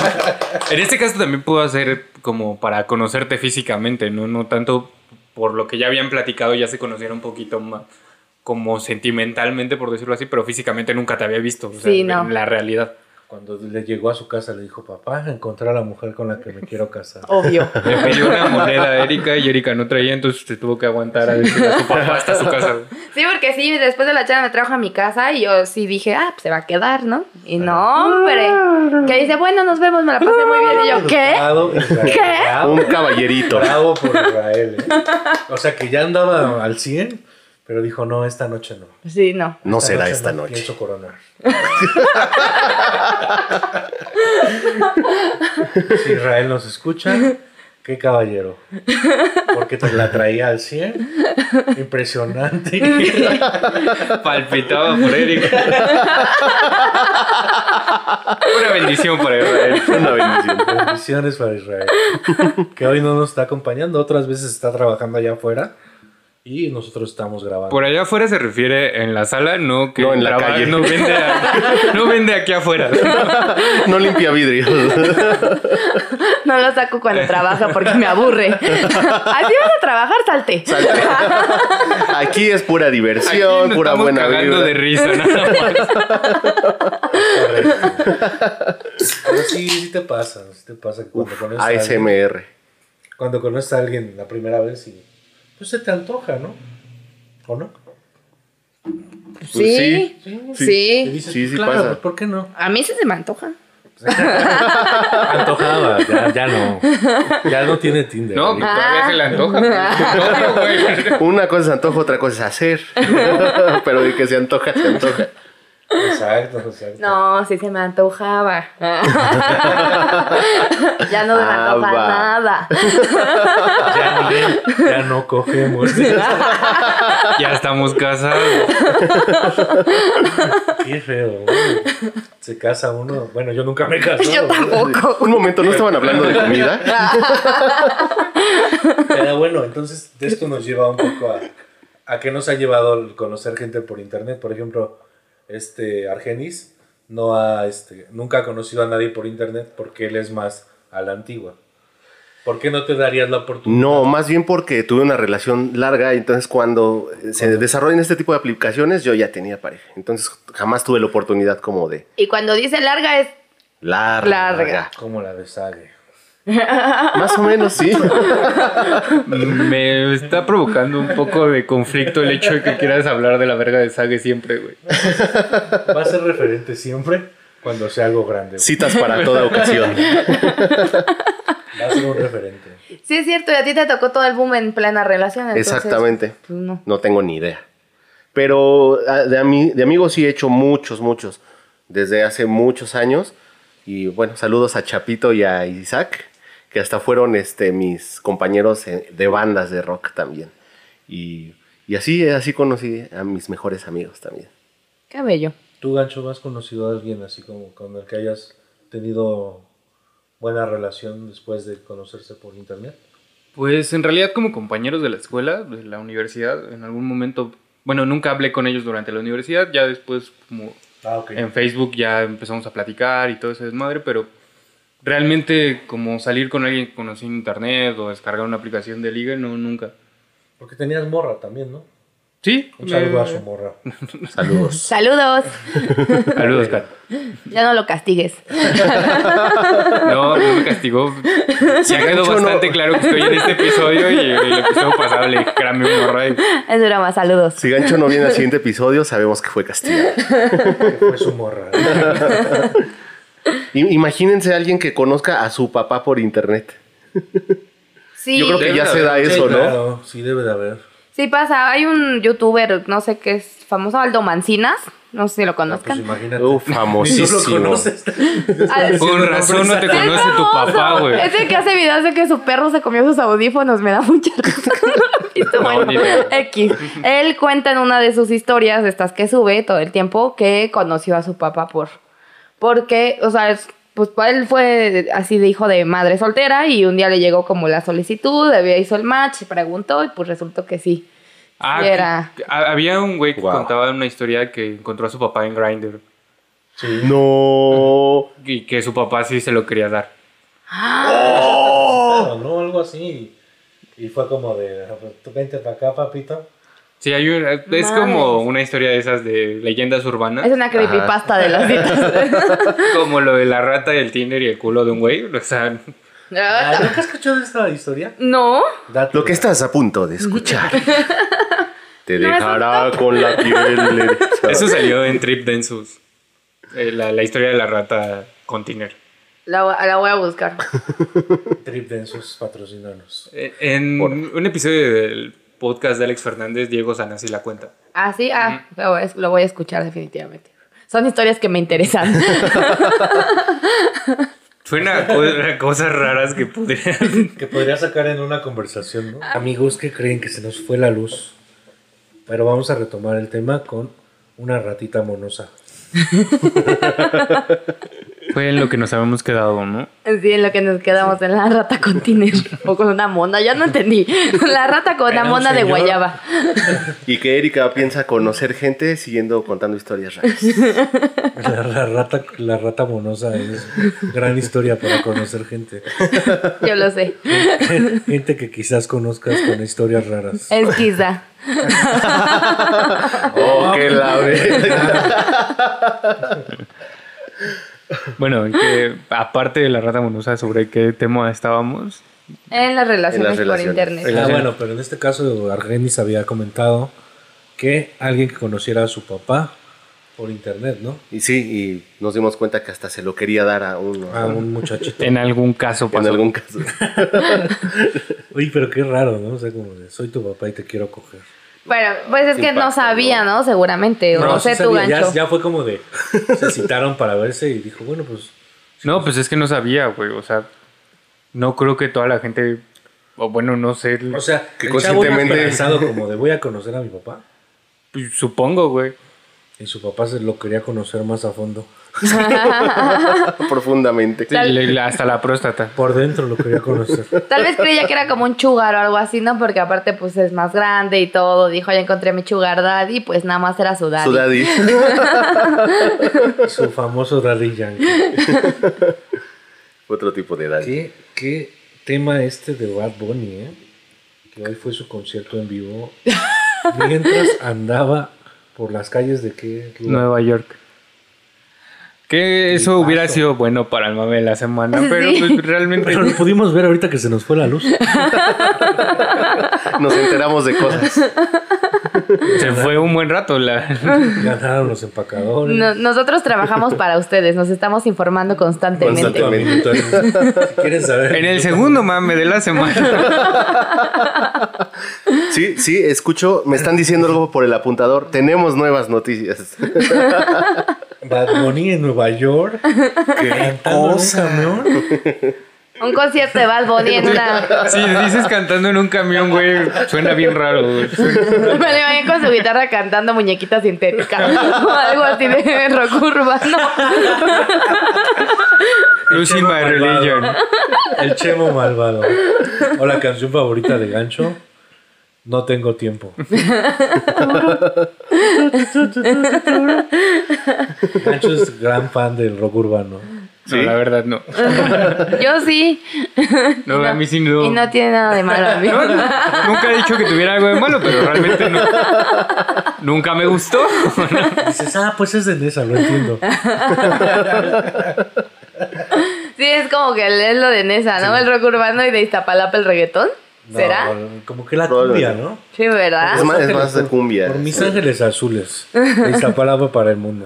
A: en este caso también puedo hacer como para conocerte físicamente, ¿no? No tanto por lo que ya habían platicado, ya se conocieron un poquito más, como sentimentalmente, por decirlo así, pero físicamente nunca te había visto, o sea,
D: Sí,
A: en-
D: no.
A: en la realidad.
C: Cuando le llegó a su casa le dijo, papá, encontré a la mujer con la que me quiero casar.
D: Obvio.
A: Le pidió una moneda a Erika y Erika no traía, entonces te tuvo que aguantar a decir a su papá hasta su casa.
D: Sí, porque sí, después de la chela me trajo a mi casa y yo sí dije, ah, pues se va a quedar, ¿no? Y no, hombre. Que dice, bueno, nos vemos, me la pasé muy bien. Y yo, ¿qué?
C: Educado, Israel,
D: ¿Qué?
C: bravo,
B: Un caballerito.
C: Bravo por Israel. eh. O sea que ya andaba al 100, pero dijo, no, esta noche no.
D: Sí, no.
B: No
C: Esta
B: será
C: noche
B: esta
C: no
B: noche.
C: Pienso coronar. si Israel nos escucha, qué caballero. Porque te la traía al 100. Impresionante.
A: Palpitaba por Erika. Una bendición para él.
B: Una bendición.
C: Bendiciones para Israel. Que hoy no nos está acompañando. Otras veces está trabajando allá afuera. Y nosotros estamos grabando.
A: Por allá afuera se refiere en la sala, no que
B: No, en la calle.
A: No vende, a- no vende aquí afuera.
B: No limpia vidrios.
D: No lo saco cuando trabajo porque me aburre. Así vas a trabajar, salte.
B: Aquí es pura
A: Aquí
B: diversión,
A: nos
B: pura
A: estamos
B: buena
A: cagando
B: vibra.
A: de risa. nada más.
C: Pero sí, sí te pasa. Sí te pasa que cuando
B: Uf,
C: conoces a alguien-
B: ASMR.
C: cuando conoces a alguien la primera vez y pues se te antoja, ¿no? ¿O no?
D: Sí,
C: Sí,
D: sí.
C: Y dices,
B: Sí, sí
C: claro,
B: pasa.
C: pues, ¿por qué no?
D: A mí sí se me antoja.
C: Antojaba, ya, ya no. Ya no tiene Tinder.
A: No, pues,
C: ahorita.
A: todavía se le antoja. No, güey.
B: Una cosa es antojo, otra cosa es hacer. Pero de que se antoja, se antoja.
C: Exacto, exacto.
D: No, sí se me antojaba. ya no se me
B: Ah,
D: antoja
B: va.
D: nada.
C: Ya, ni- ya no cogemos.
A: Ya estamos casados.
C: Qué feo. güey. Se casa uno. Bueno, yo nunca me he casado.
D: Yo tampoco.
B: Un momento, ¿no estaban hablando de comida?
C: Pero bueno, entonces de esto nos lleva un poco a, a que nos ha llevado el conocer gente por internet. Por ejemplo, este Argenis no ha, este, nunca ha conocido a nadie por internet porque él es más a la antigua. ¿Por qué no te darías la oportunidad?
B: No, más bien porque tuve una relación larga. y Entonces, cuando se desarrollan este tipo de aplicaciones, yo ya tenía pareja. Entonces, jamás tuve la oportunidad como de
D: Y cuando dice larga es
B: larga.
D: Larga.
C: Como la de Sage.
B: Más o menos, sí.
A: Me está provocando un poco de conflicto el hecho de que quieras hablar de la verga de Sage siempre, güey.
C: Va a ser referente siempre cuando sea algo grande. güey.
B: Citas para toda ocasión.
C: Va a ser un referente.
D: Sí, es cierto, y a ti te tocó todo el boom en plena relación. entonces,
B: Exactamente.
D: pues, no.
B: No tengo ni idea. Pero ah, de, ami- de amigos sí he hecho muchos, muchos. Desde hace muchos años. Y bueno, saludos a Chapito y a Isaac, que hasta fueron este, mis compañeros eh, de bandas de rock también. Y, y así, así conocí a mis mejores amigos también.
D: Qué bello.
C: ¿Tú, Gancho, has conocido a alguien así como con el que hayas tenido buena relación después de conocerse por internet?
A: Pues en realidad como compañeros de la escuela, de la universidad, en algún momento, bueno, nunca hablé con ellos durante la universidad, ya después como
C: Ah, ok.
B: Em.
A: en Facebook ya empezamos a platicar y todo ese desmadre, pero Realmente, como salir con alguien que conocí en internet o descargar una aplicación de liga, no, nunca.
C: Porque tenías morra también, ¿no?
A: Sí,
B: Em.
C: Un saludo
A: eh,
C: a su morra.
B: Saludos.
D: Saludos.
A: Saludos, Kat.
D: Ya no lo castigues.
A: No, no me castigó. Se ha quedado
B: hecho, no.
A: bastante claro que estoy en este episodio y el episodio pasado le dije que era mi morra. eh". y-
D: Es broma, saludos.
B: Si Gancho no viene al siguiente episodio, sabemos que fue Castilla.
C: Que fue su morra.
B: I- Imagínense a alguien que conozca a su papá por internet.
D: Sí,
B: Yo creo que
A: Debe
B: ya
A: de
B: se da
A: haber,
B: eso,
C: Sí,
B: ¿no?
C: claro, sí debe de haber.
D: sí pasa. Hay un youtuber, no sé qué es famoso, Aldo Mancinas. No sé si lo
C: Ah, pues
D: conozcan.
C: imagínate. Ni
B: Uh,
C: tú lo
B: famosísimo.
C: conoces.
D: Ah, es-
A: Con razón no te
D: es
A: conoce tu
D: famoso.
A: papá, güey.
D: Es el que hace videos de que su perro se comió sus audífonos. Me da mucha risa. Y tú,
A: No,
D: bueno,
A: ni idea.
D: X. Él cuenta en una de sus historias, de estas que sube todo el tiempo, que conoció a su papá por. Porque, o sea, es- pues él fue así de hijo de madre soltera y un día le llegó como la solicitud, había hizo el match, preguntó y pues resultó que sí.
A: Ah,
D: Sí, era.
A: que- a- había un güey que
B: Wow.
A: contaba una historia que encontró a su papá en Grindr
C: Sí.
B: No.
A: y que su papá sí se lo quería dar.
B: Oh.
C: Claro, ¿no? Algo así. Y fue como de, tú vente para acá, papito.
A: Sí, hay un- es
D: Mames.
A: como una historia de esas de leyendas urbanas,
D: Es una creepypasta de las citas.
A: como lo de la rata y el Tinder y el culo de un güey. O sea,
C: Ah, ¿Nunca has escuchado esta historia?
D: no.
C: Date.
B: Lo que estás a punto de escuchar. Te
D: No, es un
B: dejará con la piel. eriza.
A: eso salió en Trip Densus, eh, la, la historia de la rata con Tinder.
D: La, vo- la voy a buscar.
C: Trip Densus patrocinanos.
A: Eh, En un episodio del podcast de Alex Fernández, Diego Sanasi la cuenta.
D: Ah, sí, ah, lo, voy a- lo voy a escuchar definitivamente. Son historias que me interesan.
A: Suena a, co- a cosas raras que podrían...
C: Que podría sacar en una conversación, ¿no? Ah. Amigos que creen que se nos fue la luz. Pero vamos a retomar el tema con una ratita monosa.
A: Fue en lo que nos habíamos quedado, ¿no?
D: sí, en lo que nos quedamos en la rata con Tinder o con una mona, ya no entendí. La rata con una
C: Era un
D: mona de
C: señor.
D: guayaba.
B: Y que Erika piensa conocer gente siguiendo contando historias raras.
C: La, la rata, la rata monosa es gran historia para conocer gente.
D: Yo lo sé.
C: Gente que quizás conozcas con historias raras.
D: Es quizá.
B: Oh, qué la verga.
A: Bueno, y que aparte de la rata monosa, ¿sobre qué tema estábamos?
D: En las relaciones,
B: relaciones.
D: por internet.
C: Ah, bueno, pero en este caso Argenis había comentado que alguien que conociera a su papá por internet, ¿no?
B: Y sí, y nos dimos cuenta que hasta se lo quería dar a uno.
C: A un muchachito.
A: En algún caso
B: En
A: pasó.
B: algún caso.
C: Uy, pero qué raro, ¿no? O sea, como de, soy tu papá y te quiero coger.
D: Bueno, pues es que no
B: Impacto,
D: sabía, ¿no? Seguramente. o no
C: sí
D: sé tu
C: sabía,
D: gancho.
C: Ya, ya fue como de. Se citaron para verse y dijo, bueno, pues.
A: No, pues es que no sabía, güey. O sea, no creo que toda la gente... O bueno, no sé.
C: O sea,
B: Que
C: el chavo era
B: conscientemente-
C: esperanzado como de voy a conocer a mi papá.
A: Supongo, güey.
C: Y su papá se lo quería conocer más a fondo.
B: Profundamente.
A: Sí, le- le- hasta la próstata.
C: Por dentro lo quería conocer.
D: Tal vez creía que era como un chugar o algo así, ¿no? Porque aparte, pues es más grande y todo. Dijo, ya encontré a mi chugar daddy, pues nada más era su daddy.
B: Su daddy.
C: su famoso Daddy Yankee.
B: Otro tipo de daddy.
C: ¿Qué, qué tema este de Bad Bunny, ¿eh? Que hoy fue su concierto en vivo. Mientras andaba por las calles de qué lugar?
A: Nueva York. Que eso hubiera sido bueno para el mame de la semana, pero
D: Sí.
A: pues, realmente
C: Pero lo pudimos ver ahorita que se nos fue la luz.
B: Nos enteramos de cosas.
A: se fue un buen rato. La...
C: Ganaron los empacadores.
D: No- nosotros trabajamos para ustedes, nos estamos informando constantemente.
B: Constantemente.
C: Si quieren saber.
A: En el segundo mame de la semana.
B: Sí, sí, escucho. Me están diciendo algo por el apuntador. Tenemos nuevas noticias.
C: Bad Bunny en Nueva York.
B: ¿Qué
C: cantando en un camión.
D: Un concierto de Bad Bunny en una...
A: Si dices cantando en un camión, güey, suena bien raro. güey. Suena-
D: Me lo imagino con su guitarra cantando muñequita sintética o algo así de rock urbano.
A: Lucy My Religion.
C: El Chemo Malvado. O la canción favorita de Gancho. No tengo tiempo. Gancho es gran fan del rock urbano.
A: No, la verdad no.
D: Yo sí.
A: No, a mí sí
D: Y no tiene nada de malo, amigo.
A: No, no, nunca he dicho que tuviera algo de malo, pero realmente no. Nunca me gustó.
C: Dices, ah, pues es de Nesa, lo entiendo.
D: Sí, es como que es lo de Nesa, ¿no? El rock urbano y de Iztapalapa el reggaetón.
C: No,
D: ¿Será?
C: Como que la cumbia, ¿no?
D: Sí, ¿verdad?
B: Es más, es más de cumbia.
C: Por mis ángeles azules. De Iztapalapa para el mundo.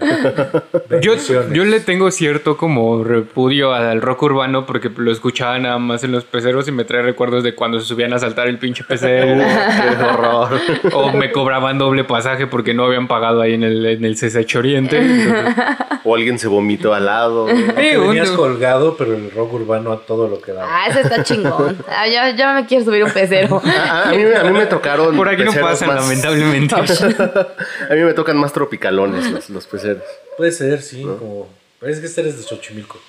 A: Yo,
C: Bendiciones.
A: yo le tengo cierto como repudio al rock urbano porque lo escuchaba nada más en los peceros y me trae recuerdos de cuando se subían a saltar el pinche pecero.
B: Qué horror.
A: o me cobraban doble pasaje porque no habían pagado ahí en el, en el CCH Oriente. Entonces,
B: O alguien se vomitó al lado.
C: Te
A: sí, un-
C: venías colgado, pero el rock urbano a todo lo que daba.
D: Ah, eso está chingón. Ah, yo, yo me quiero subir un pecero.
B: A, a mí, a mí me tocaron.
A: por aquí no
B: peceros
A: pasan,
B: más-
A: lamentablemente.
B: A mí me tocan más tropicalones los, los peceros.
C: Puede ser, sí, como. Es que este eres de Xochimilco.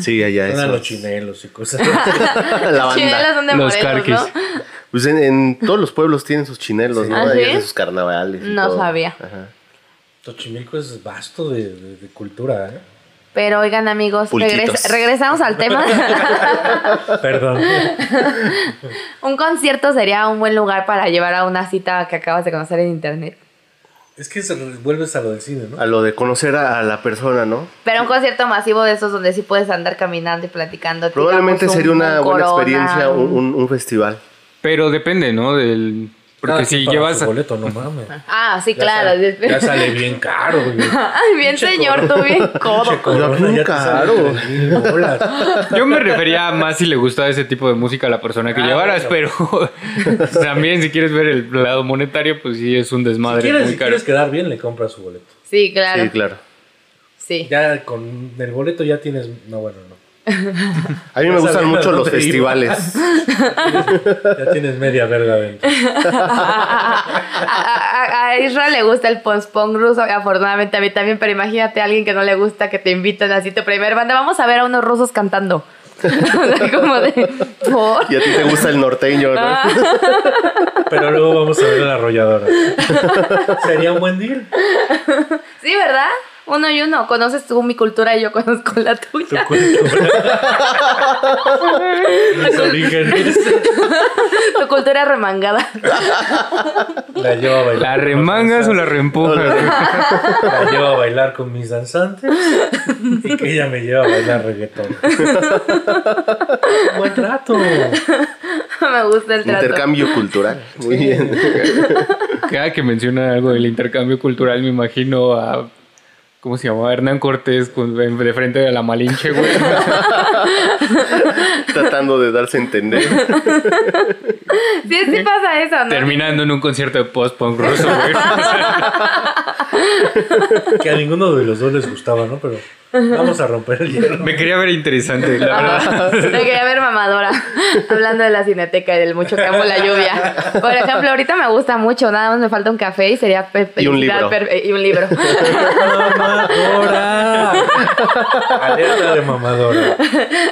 B: Sí, allá es.
C: Eran los
B: más-
C: chinelos y cosas. así.
B: La
D: Chinelos
B: banda.
D: son de
A: Los
D: morenos,
A: carquis.
D: ¿no?
B: Pues en, en todos los pueblos tienen sus chinelos,
C: Sí.
B: ¿no?
D: ¿Ah,
B: Ahí
D: sí?
B: hacen sus carnavales. y
D: No
B: todo.
D: sabía.
B: Ajá.
C: Xochimilco es vasto de, de- de cultura, ¿eh?
D: Pero oigan, amigos,
B: Pulquitos.
D: regresa- regresamos al tema.
C: Perdón.
D: un concierto sería un buen lugar para llevar a una cita que acabas de conocer en internet.
C: Es que se lo- vuelves a lo del cine, ¿no?
B: A lo de conocer a, a la persona, ¿no?
D: Pero un concierto masivo de esos donde sí puedes andar caminando y platicando.
B: Probablemente
D: digamos, un-
B: sería una
D: un
B: buena
D: Corona,
B: experiencia un, un- un festival.
A: Pero depende, ¿no? Del, porque
C: Ah,
A: si
C: para
A: llevas...
C: su boleto, no mames.
D: Ah, sí,
C: Ya
D: claro.
C: sale- ya sale bien caro, güey.
D: Ay, bien
C: Pinche
D: señor,
C: corona.
D: tú bien codo.
C: Pinche corona,
B: Pues, bien
C: ya te sale
B: caro.
C: 3,000 bolas.
A: Yo me refería a más si le gustaba ese tipo de música a la persona que
C: Ah,
A: llevaras,
C: bueno.
A: pero también si quieres ver el lado monetario, pues sí es un
C: Si
A: desmadre
C: quieres,
A: muy
C: si
A: caro.
C: quieres quedar bien, le compras su boleto.
D: Sí, claro.
B: Sí, claro.
D: Sí.
C: Ya con el boleto ya tienes. No, bueno, no.
B: A mí me
C: Ya
B: gustan
C: sabía
B: mucho
C: dónde
B: los
C: iba.
B: festivales.
C: Ya tienes media verga dentro.
D: A, a- a Israel le gusta el post-punk ruso, afortunadamente a mí también, pero imagínate a alguien que no le gusta que te invitan así tu primer banda. Vamos a ver a unos rusos cantando. O sea, como de. ¿por?
B: Y a ti te gusta el norteño, ¿no?
D: Ah,
C: Pero luego vamos a ver la arrolladora. Sería un buen deal.
D: Sí, ¿verdad? Uno y uno. Conoces tú mi cultura y yo conozco la
C: Tu
D: tuya.
C: cultura. Los orígenes.
D: Tu cultura remangada.
C: La llevo a bailar.
A: ¿La
C: con los
A: remangas o la reempujas?
C: danzantes, La llevo a bailar con mis danzantes. Y que ella me lleva a bailar reggaetón. Buen rato.
D: Me gusta el trato.
B: Intercambio cultural. Muy bien.
A: Cada que menciona algo del intercambio cultural, me imagino a. ¿Cómo se llamaba? Hernán Cortés con- de frente de la Malinche, güey.
B: Tratando de darse a entender.
D: Sí, sí pasa eso, ¿no?
A: terminando en un concierto de post-punk ruso, güey.
C: Que a ninguno de los dos les gustaba, ¿no? Pero vamos a romper el hielo.
A: Me quería ver interesante, la verdad.
D: Me quería ver mamadora hablando de la cineteca y del mucho que amo la lluvia. Por ejemplo, ahorita me gusta mucho, nada más me falta un café y sería per-
B: Y un
D: felicidad
B: libro.
D: per- eh, y un libro.
C: ¡Mamadora! Alerta de mamadora.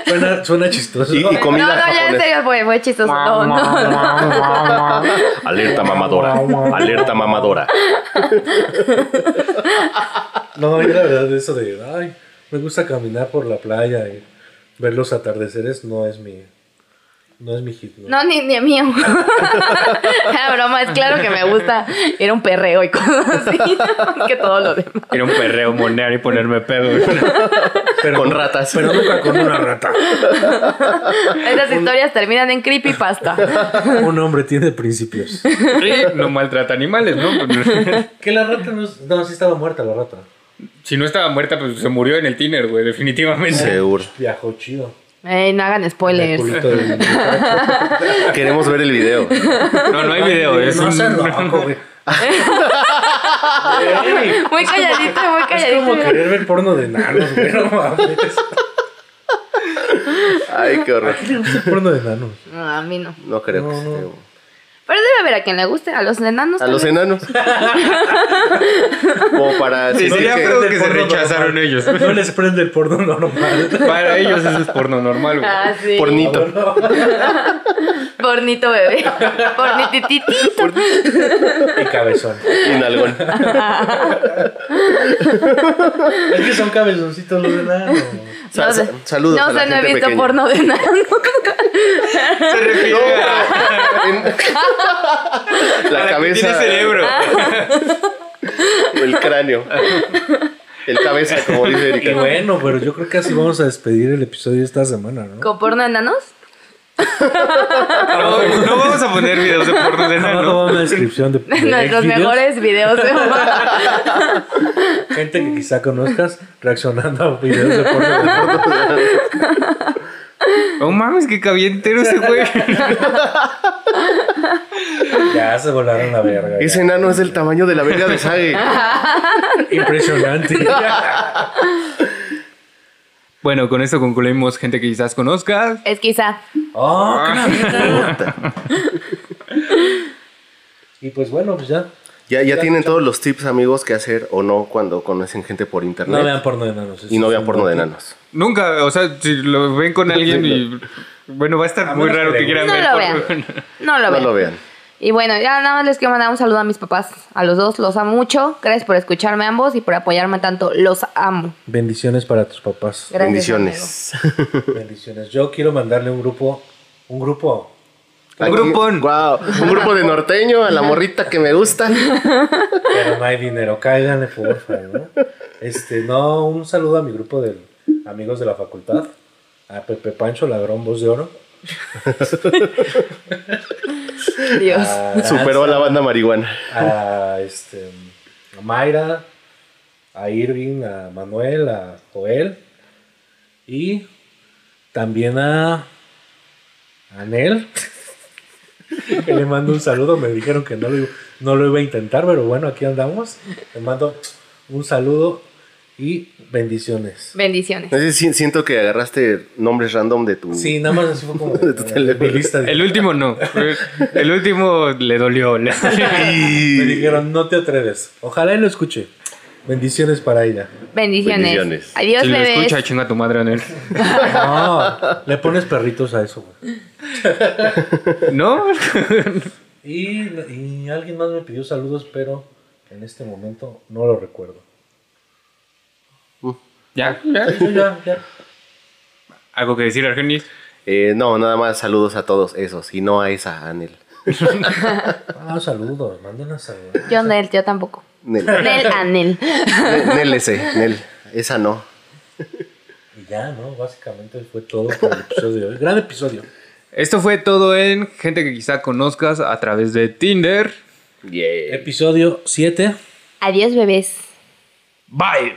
C: Suena, suena chistoso.
B: Y, y comida
D: no, no, ya en
B: japonesa.
D: serio fue, fue chistoso. No, no, no.
B: Alerta mamadora. Alerta mamadora.
C: No, yo la verdad eso de, ay, me gusta caminar por la playa y ver los atardeceres no es mi, no es mi hit. ¿no?
D: No, ni, ni a mí. Era broma, es claro que me gusta ir a un perreo y cosas así, más que todo lo demás.
A: Era un perreo monear y ponerme pedo. güey.
C: Pero,
B: Con ratas.
C: pero nunca con una rata.
D: Esas historias terminan en creepypasta.
C: Un hombre tiene principios.
A: Sí, no maltrata animales, ¿no?
C: Que la rata no, es- no, sí estaba muerta la rata.
A: Si no estaba muerta, pues se murió en el tiner, güey, definitivamente.
B: Seguro.
C: Viajó chido.
D: Ey, no hagan
C: El
D: spoilers.
C: culito del-
B: Queremos ver el video.
A: No, no hay video, es
C: no
A: un...
C: seas loco, güey. Güey,
D: Muy calladito, muy
C: Es como
D: calladito.
C: querer ver porno de nanos, güey. No mames.
B: Ay, qué horror.
C: ¿Quién le gusta el porno de nanos?
D: No, a mí no.
B: No creo que
C: No, no.
B: esté.
D: Pero debe haber a quien le guste, a los enanos.
B: A los
D: también.
B: enanos. Como para
A: Sí,
B: sentir
A: sería
B: que-
A: feo que
C: El
A: se
C: porno
A: rechazaron
C: normal.
A: ellos.
C: No les prende el porno normal.
A: Para ellos eso es porno normal, güey.
D: Ah, sí.
B: Pornito.
D: Pornito bebé. Pornitititito.
C: Y cabezón.
B: Inalgón.
C: Es que son cabezoncitos los enanos.
B: Sa-
D: No sé.
B: sa- saludos
D: No
B: a la
D: sé, no he
B: gente
D: visto
B: pequeña.
D: porno de enano.
A: Se refiere a-
B: En-
A: a
B: la
A: que
B: cabeza.
A: Tiene cerebro.
D: Ah.
B: El cráneo. El cabeza, como dice
C: Y
B: Erika.
C: bueno, pero yo creo que así vamos a despedir el episodio de esta semana, ¿no?
D: ¿Con porno de enanos?
A: No, no vamos a poner videos de porno de
C: Abajo
A: enano.
C: va una descripción de, de
D: Nuestros
C: videos.
D: mejores videos de
C: Gente que quizá conozcas reaccionando a videos de porno. de porno.
A: No mames, que cabía entero ese güey.
C: Ya se volaron la verga.
B: Ese
C: ya.
B: enano es del tamaño de la verga de Sage.
C: Impresionante.
A: Bueno, con esto concluimos gente que quizás conozcas.
D: Es quizá.
C: Oh, qué la verga. Y pues bueno, pues ya.
B: Ya, ya tienen todos los tips, amigos, que hacer o no cuando conocen gente por internet.
C: No vean porno de enanos.
B: y no vean porno de enanos.
A: Nunca, o sea, si lo ven con alguien y. Bueno, va a estar
C: A
A: muy
C: menos
A: raro
C: que
A: que
C: le
A: quieran
D: No
A: ver
D: lo
A: porno.
D: vean. No lo
B: No
D: vean.
B: lo vean.
D: Y bueno, ya nada más les quiero mandar un saludo a mis papás. A los dos, los amo mucho. Gracias por escucharme ambos y por apoyarme tanto. Los amo.
C: Bendiciones para tus papás.
D: Gracias,
B: Bendiciones.
C: Bendiciones. Yo quiero mandarle un grupo, un grupo
A: Un grupón.
B: Guau, Un grupo de norteño a la morrita que me gusta.
C: Pero no hay dinero, cáiganle por favor. Este, no, un saludo a mi grupo de amigos de la facultad, a Pepe Pancho, ladrón voz de oro.
D: amigo. Dios.
B: Ah.
C: a Aranza,
B: Superó a la banda marihuana.
C: A, este, a Mayra, a Irving, a Manuel, a Joel y también a Anel. Que le mando un saludo, me dijeron que no lo, no lo iba a intentar, pero bueno, aquí andamos. Le mando un saludo y bendiciones.
D: Bendiciones.
B: No sé, si- siento que agarraste nombres random de tu.
C: Sí, nada más así fue como
B: De tu teléfono.
C: mi lista. de-
A: El último no. El último le dolió. Le-
C: Me
B: Y-
C: dijeron, no te atreves. Ojalá y lo escuche. Bendiciones para ella.
D: Bendiciones.
B: Bendiciones.
D: Adiós,
A: Si lo
D: bebés.
A: escucha, chinga tu madre, Anel.
C: No, le pones perritos a eso, güey.
A: ¿No?
C: Y, y alguien más me pidió saludos, pero en este momento no lo recuerdo.
A: Ya, ya.
C: Yo ya, ya.
A: ¿Algo que decir, Argenis?
B: Eh, no, nada más saludos a todos esos y no a esa, a Nel.
C: Ah, saludos, manden a saludar.
D: Yo, Nel, yo tampoco.
B: Nel.
D: Nel, a Nel.
B: Nel, Nel ese, Nel. Esa no.
C: Y ya, ¿no? Básicamente fue todo por el episodio de hoy. Gran episodio.
A: Esto fue todo en gente que quizá conozcas a través de Tinder.
B: Yeah.
C: Episodio 7.
D: Adiós, bebés.
A: Bye.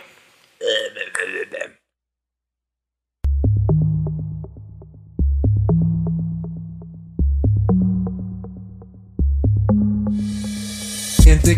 E: Gente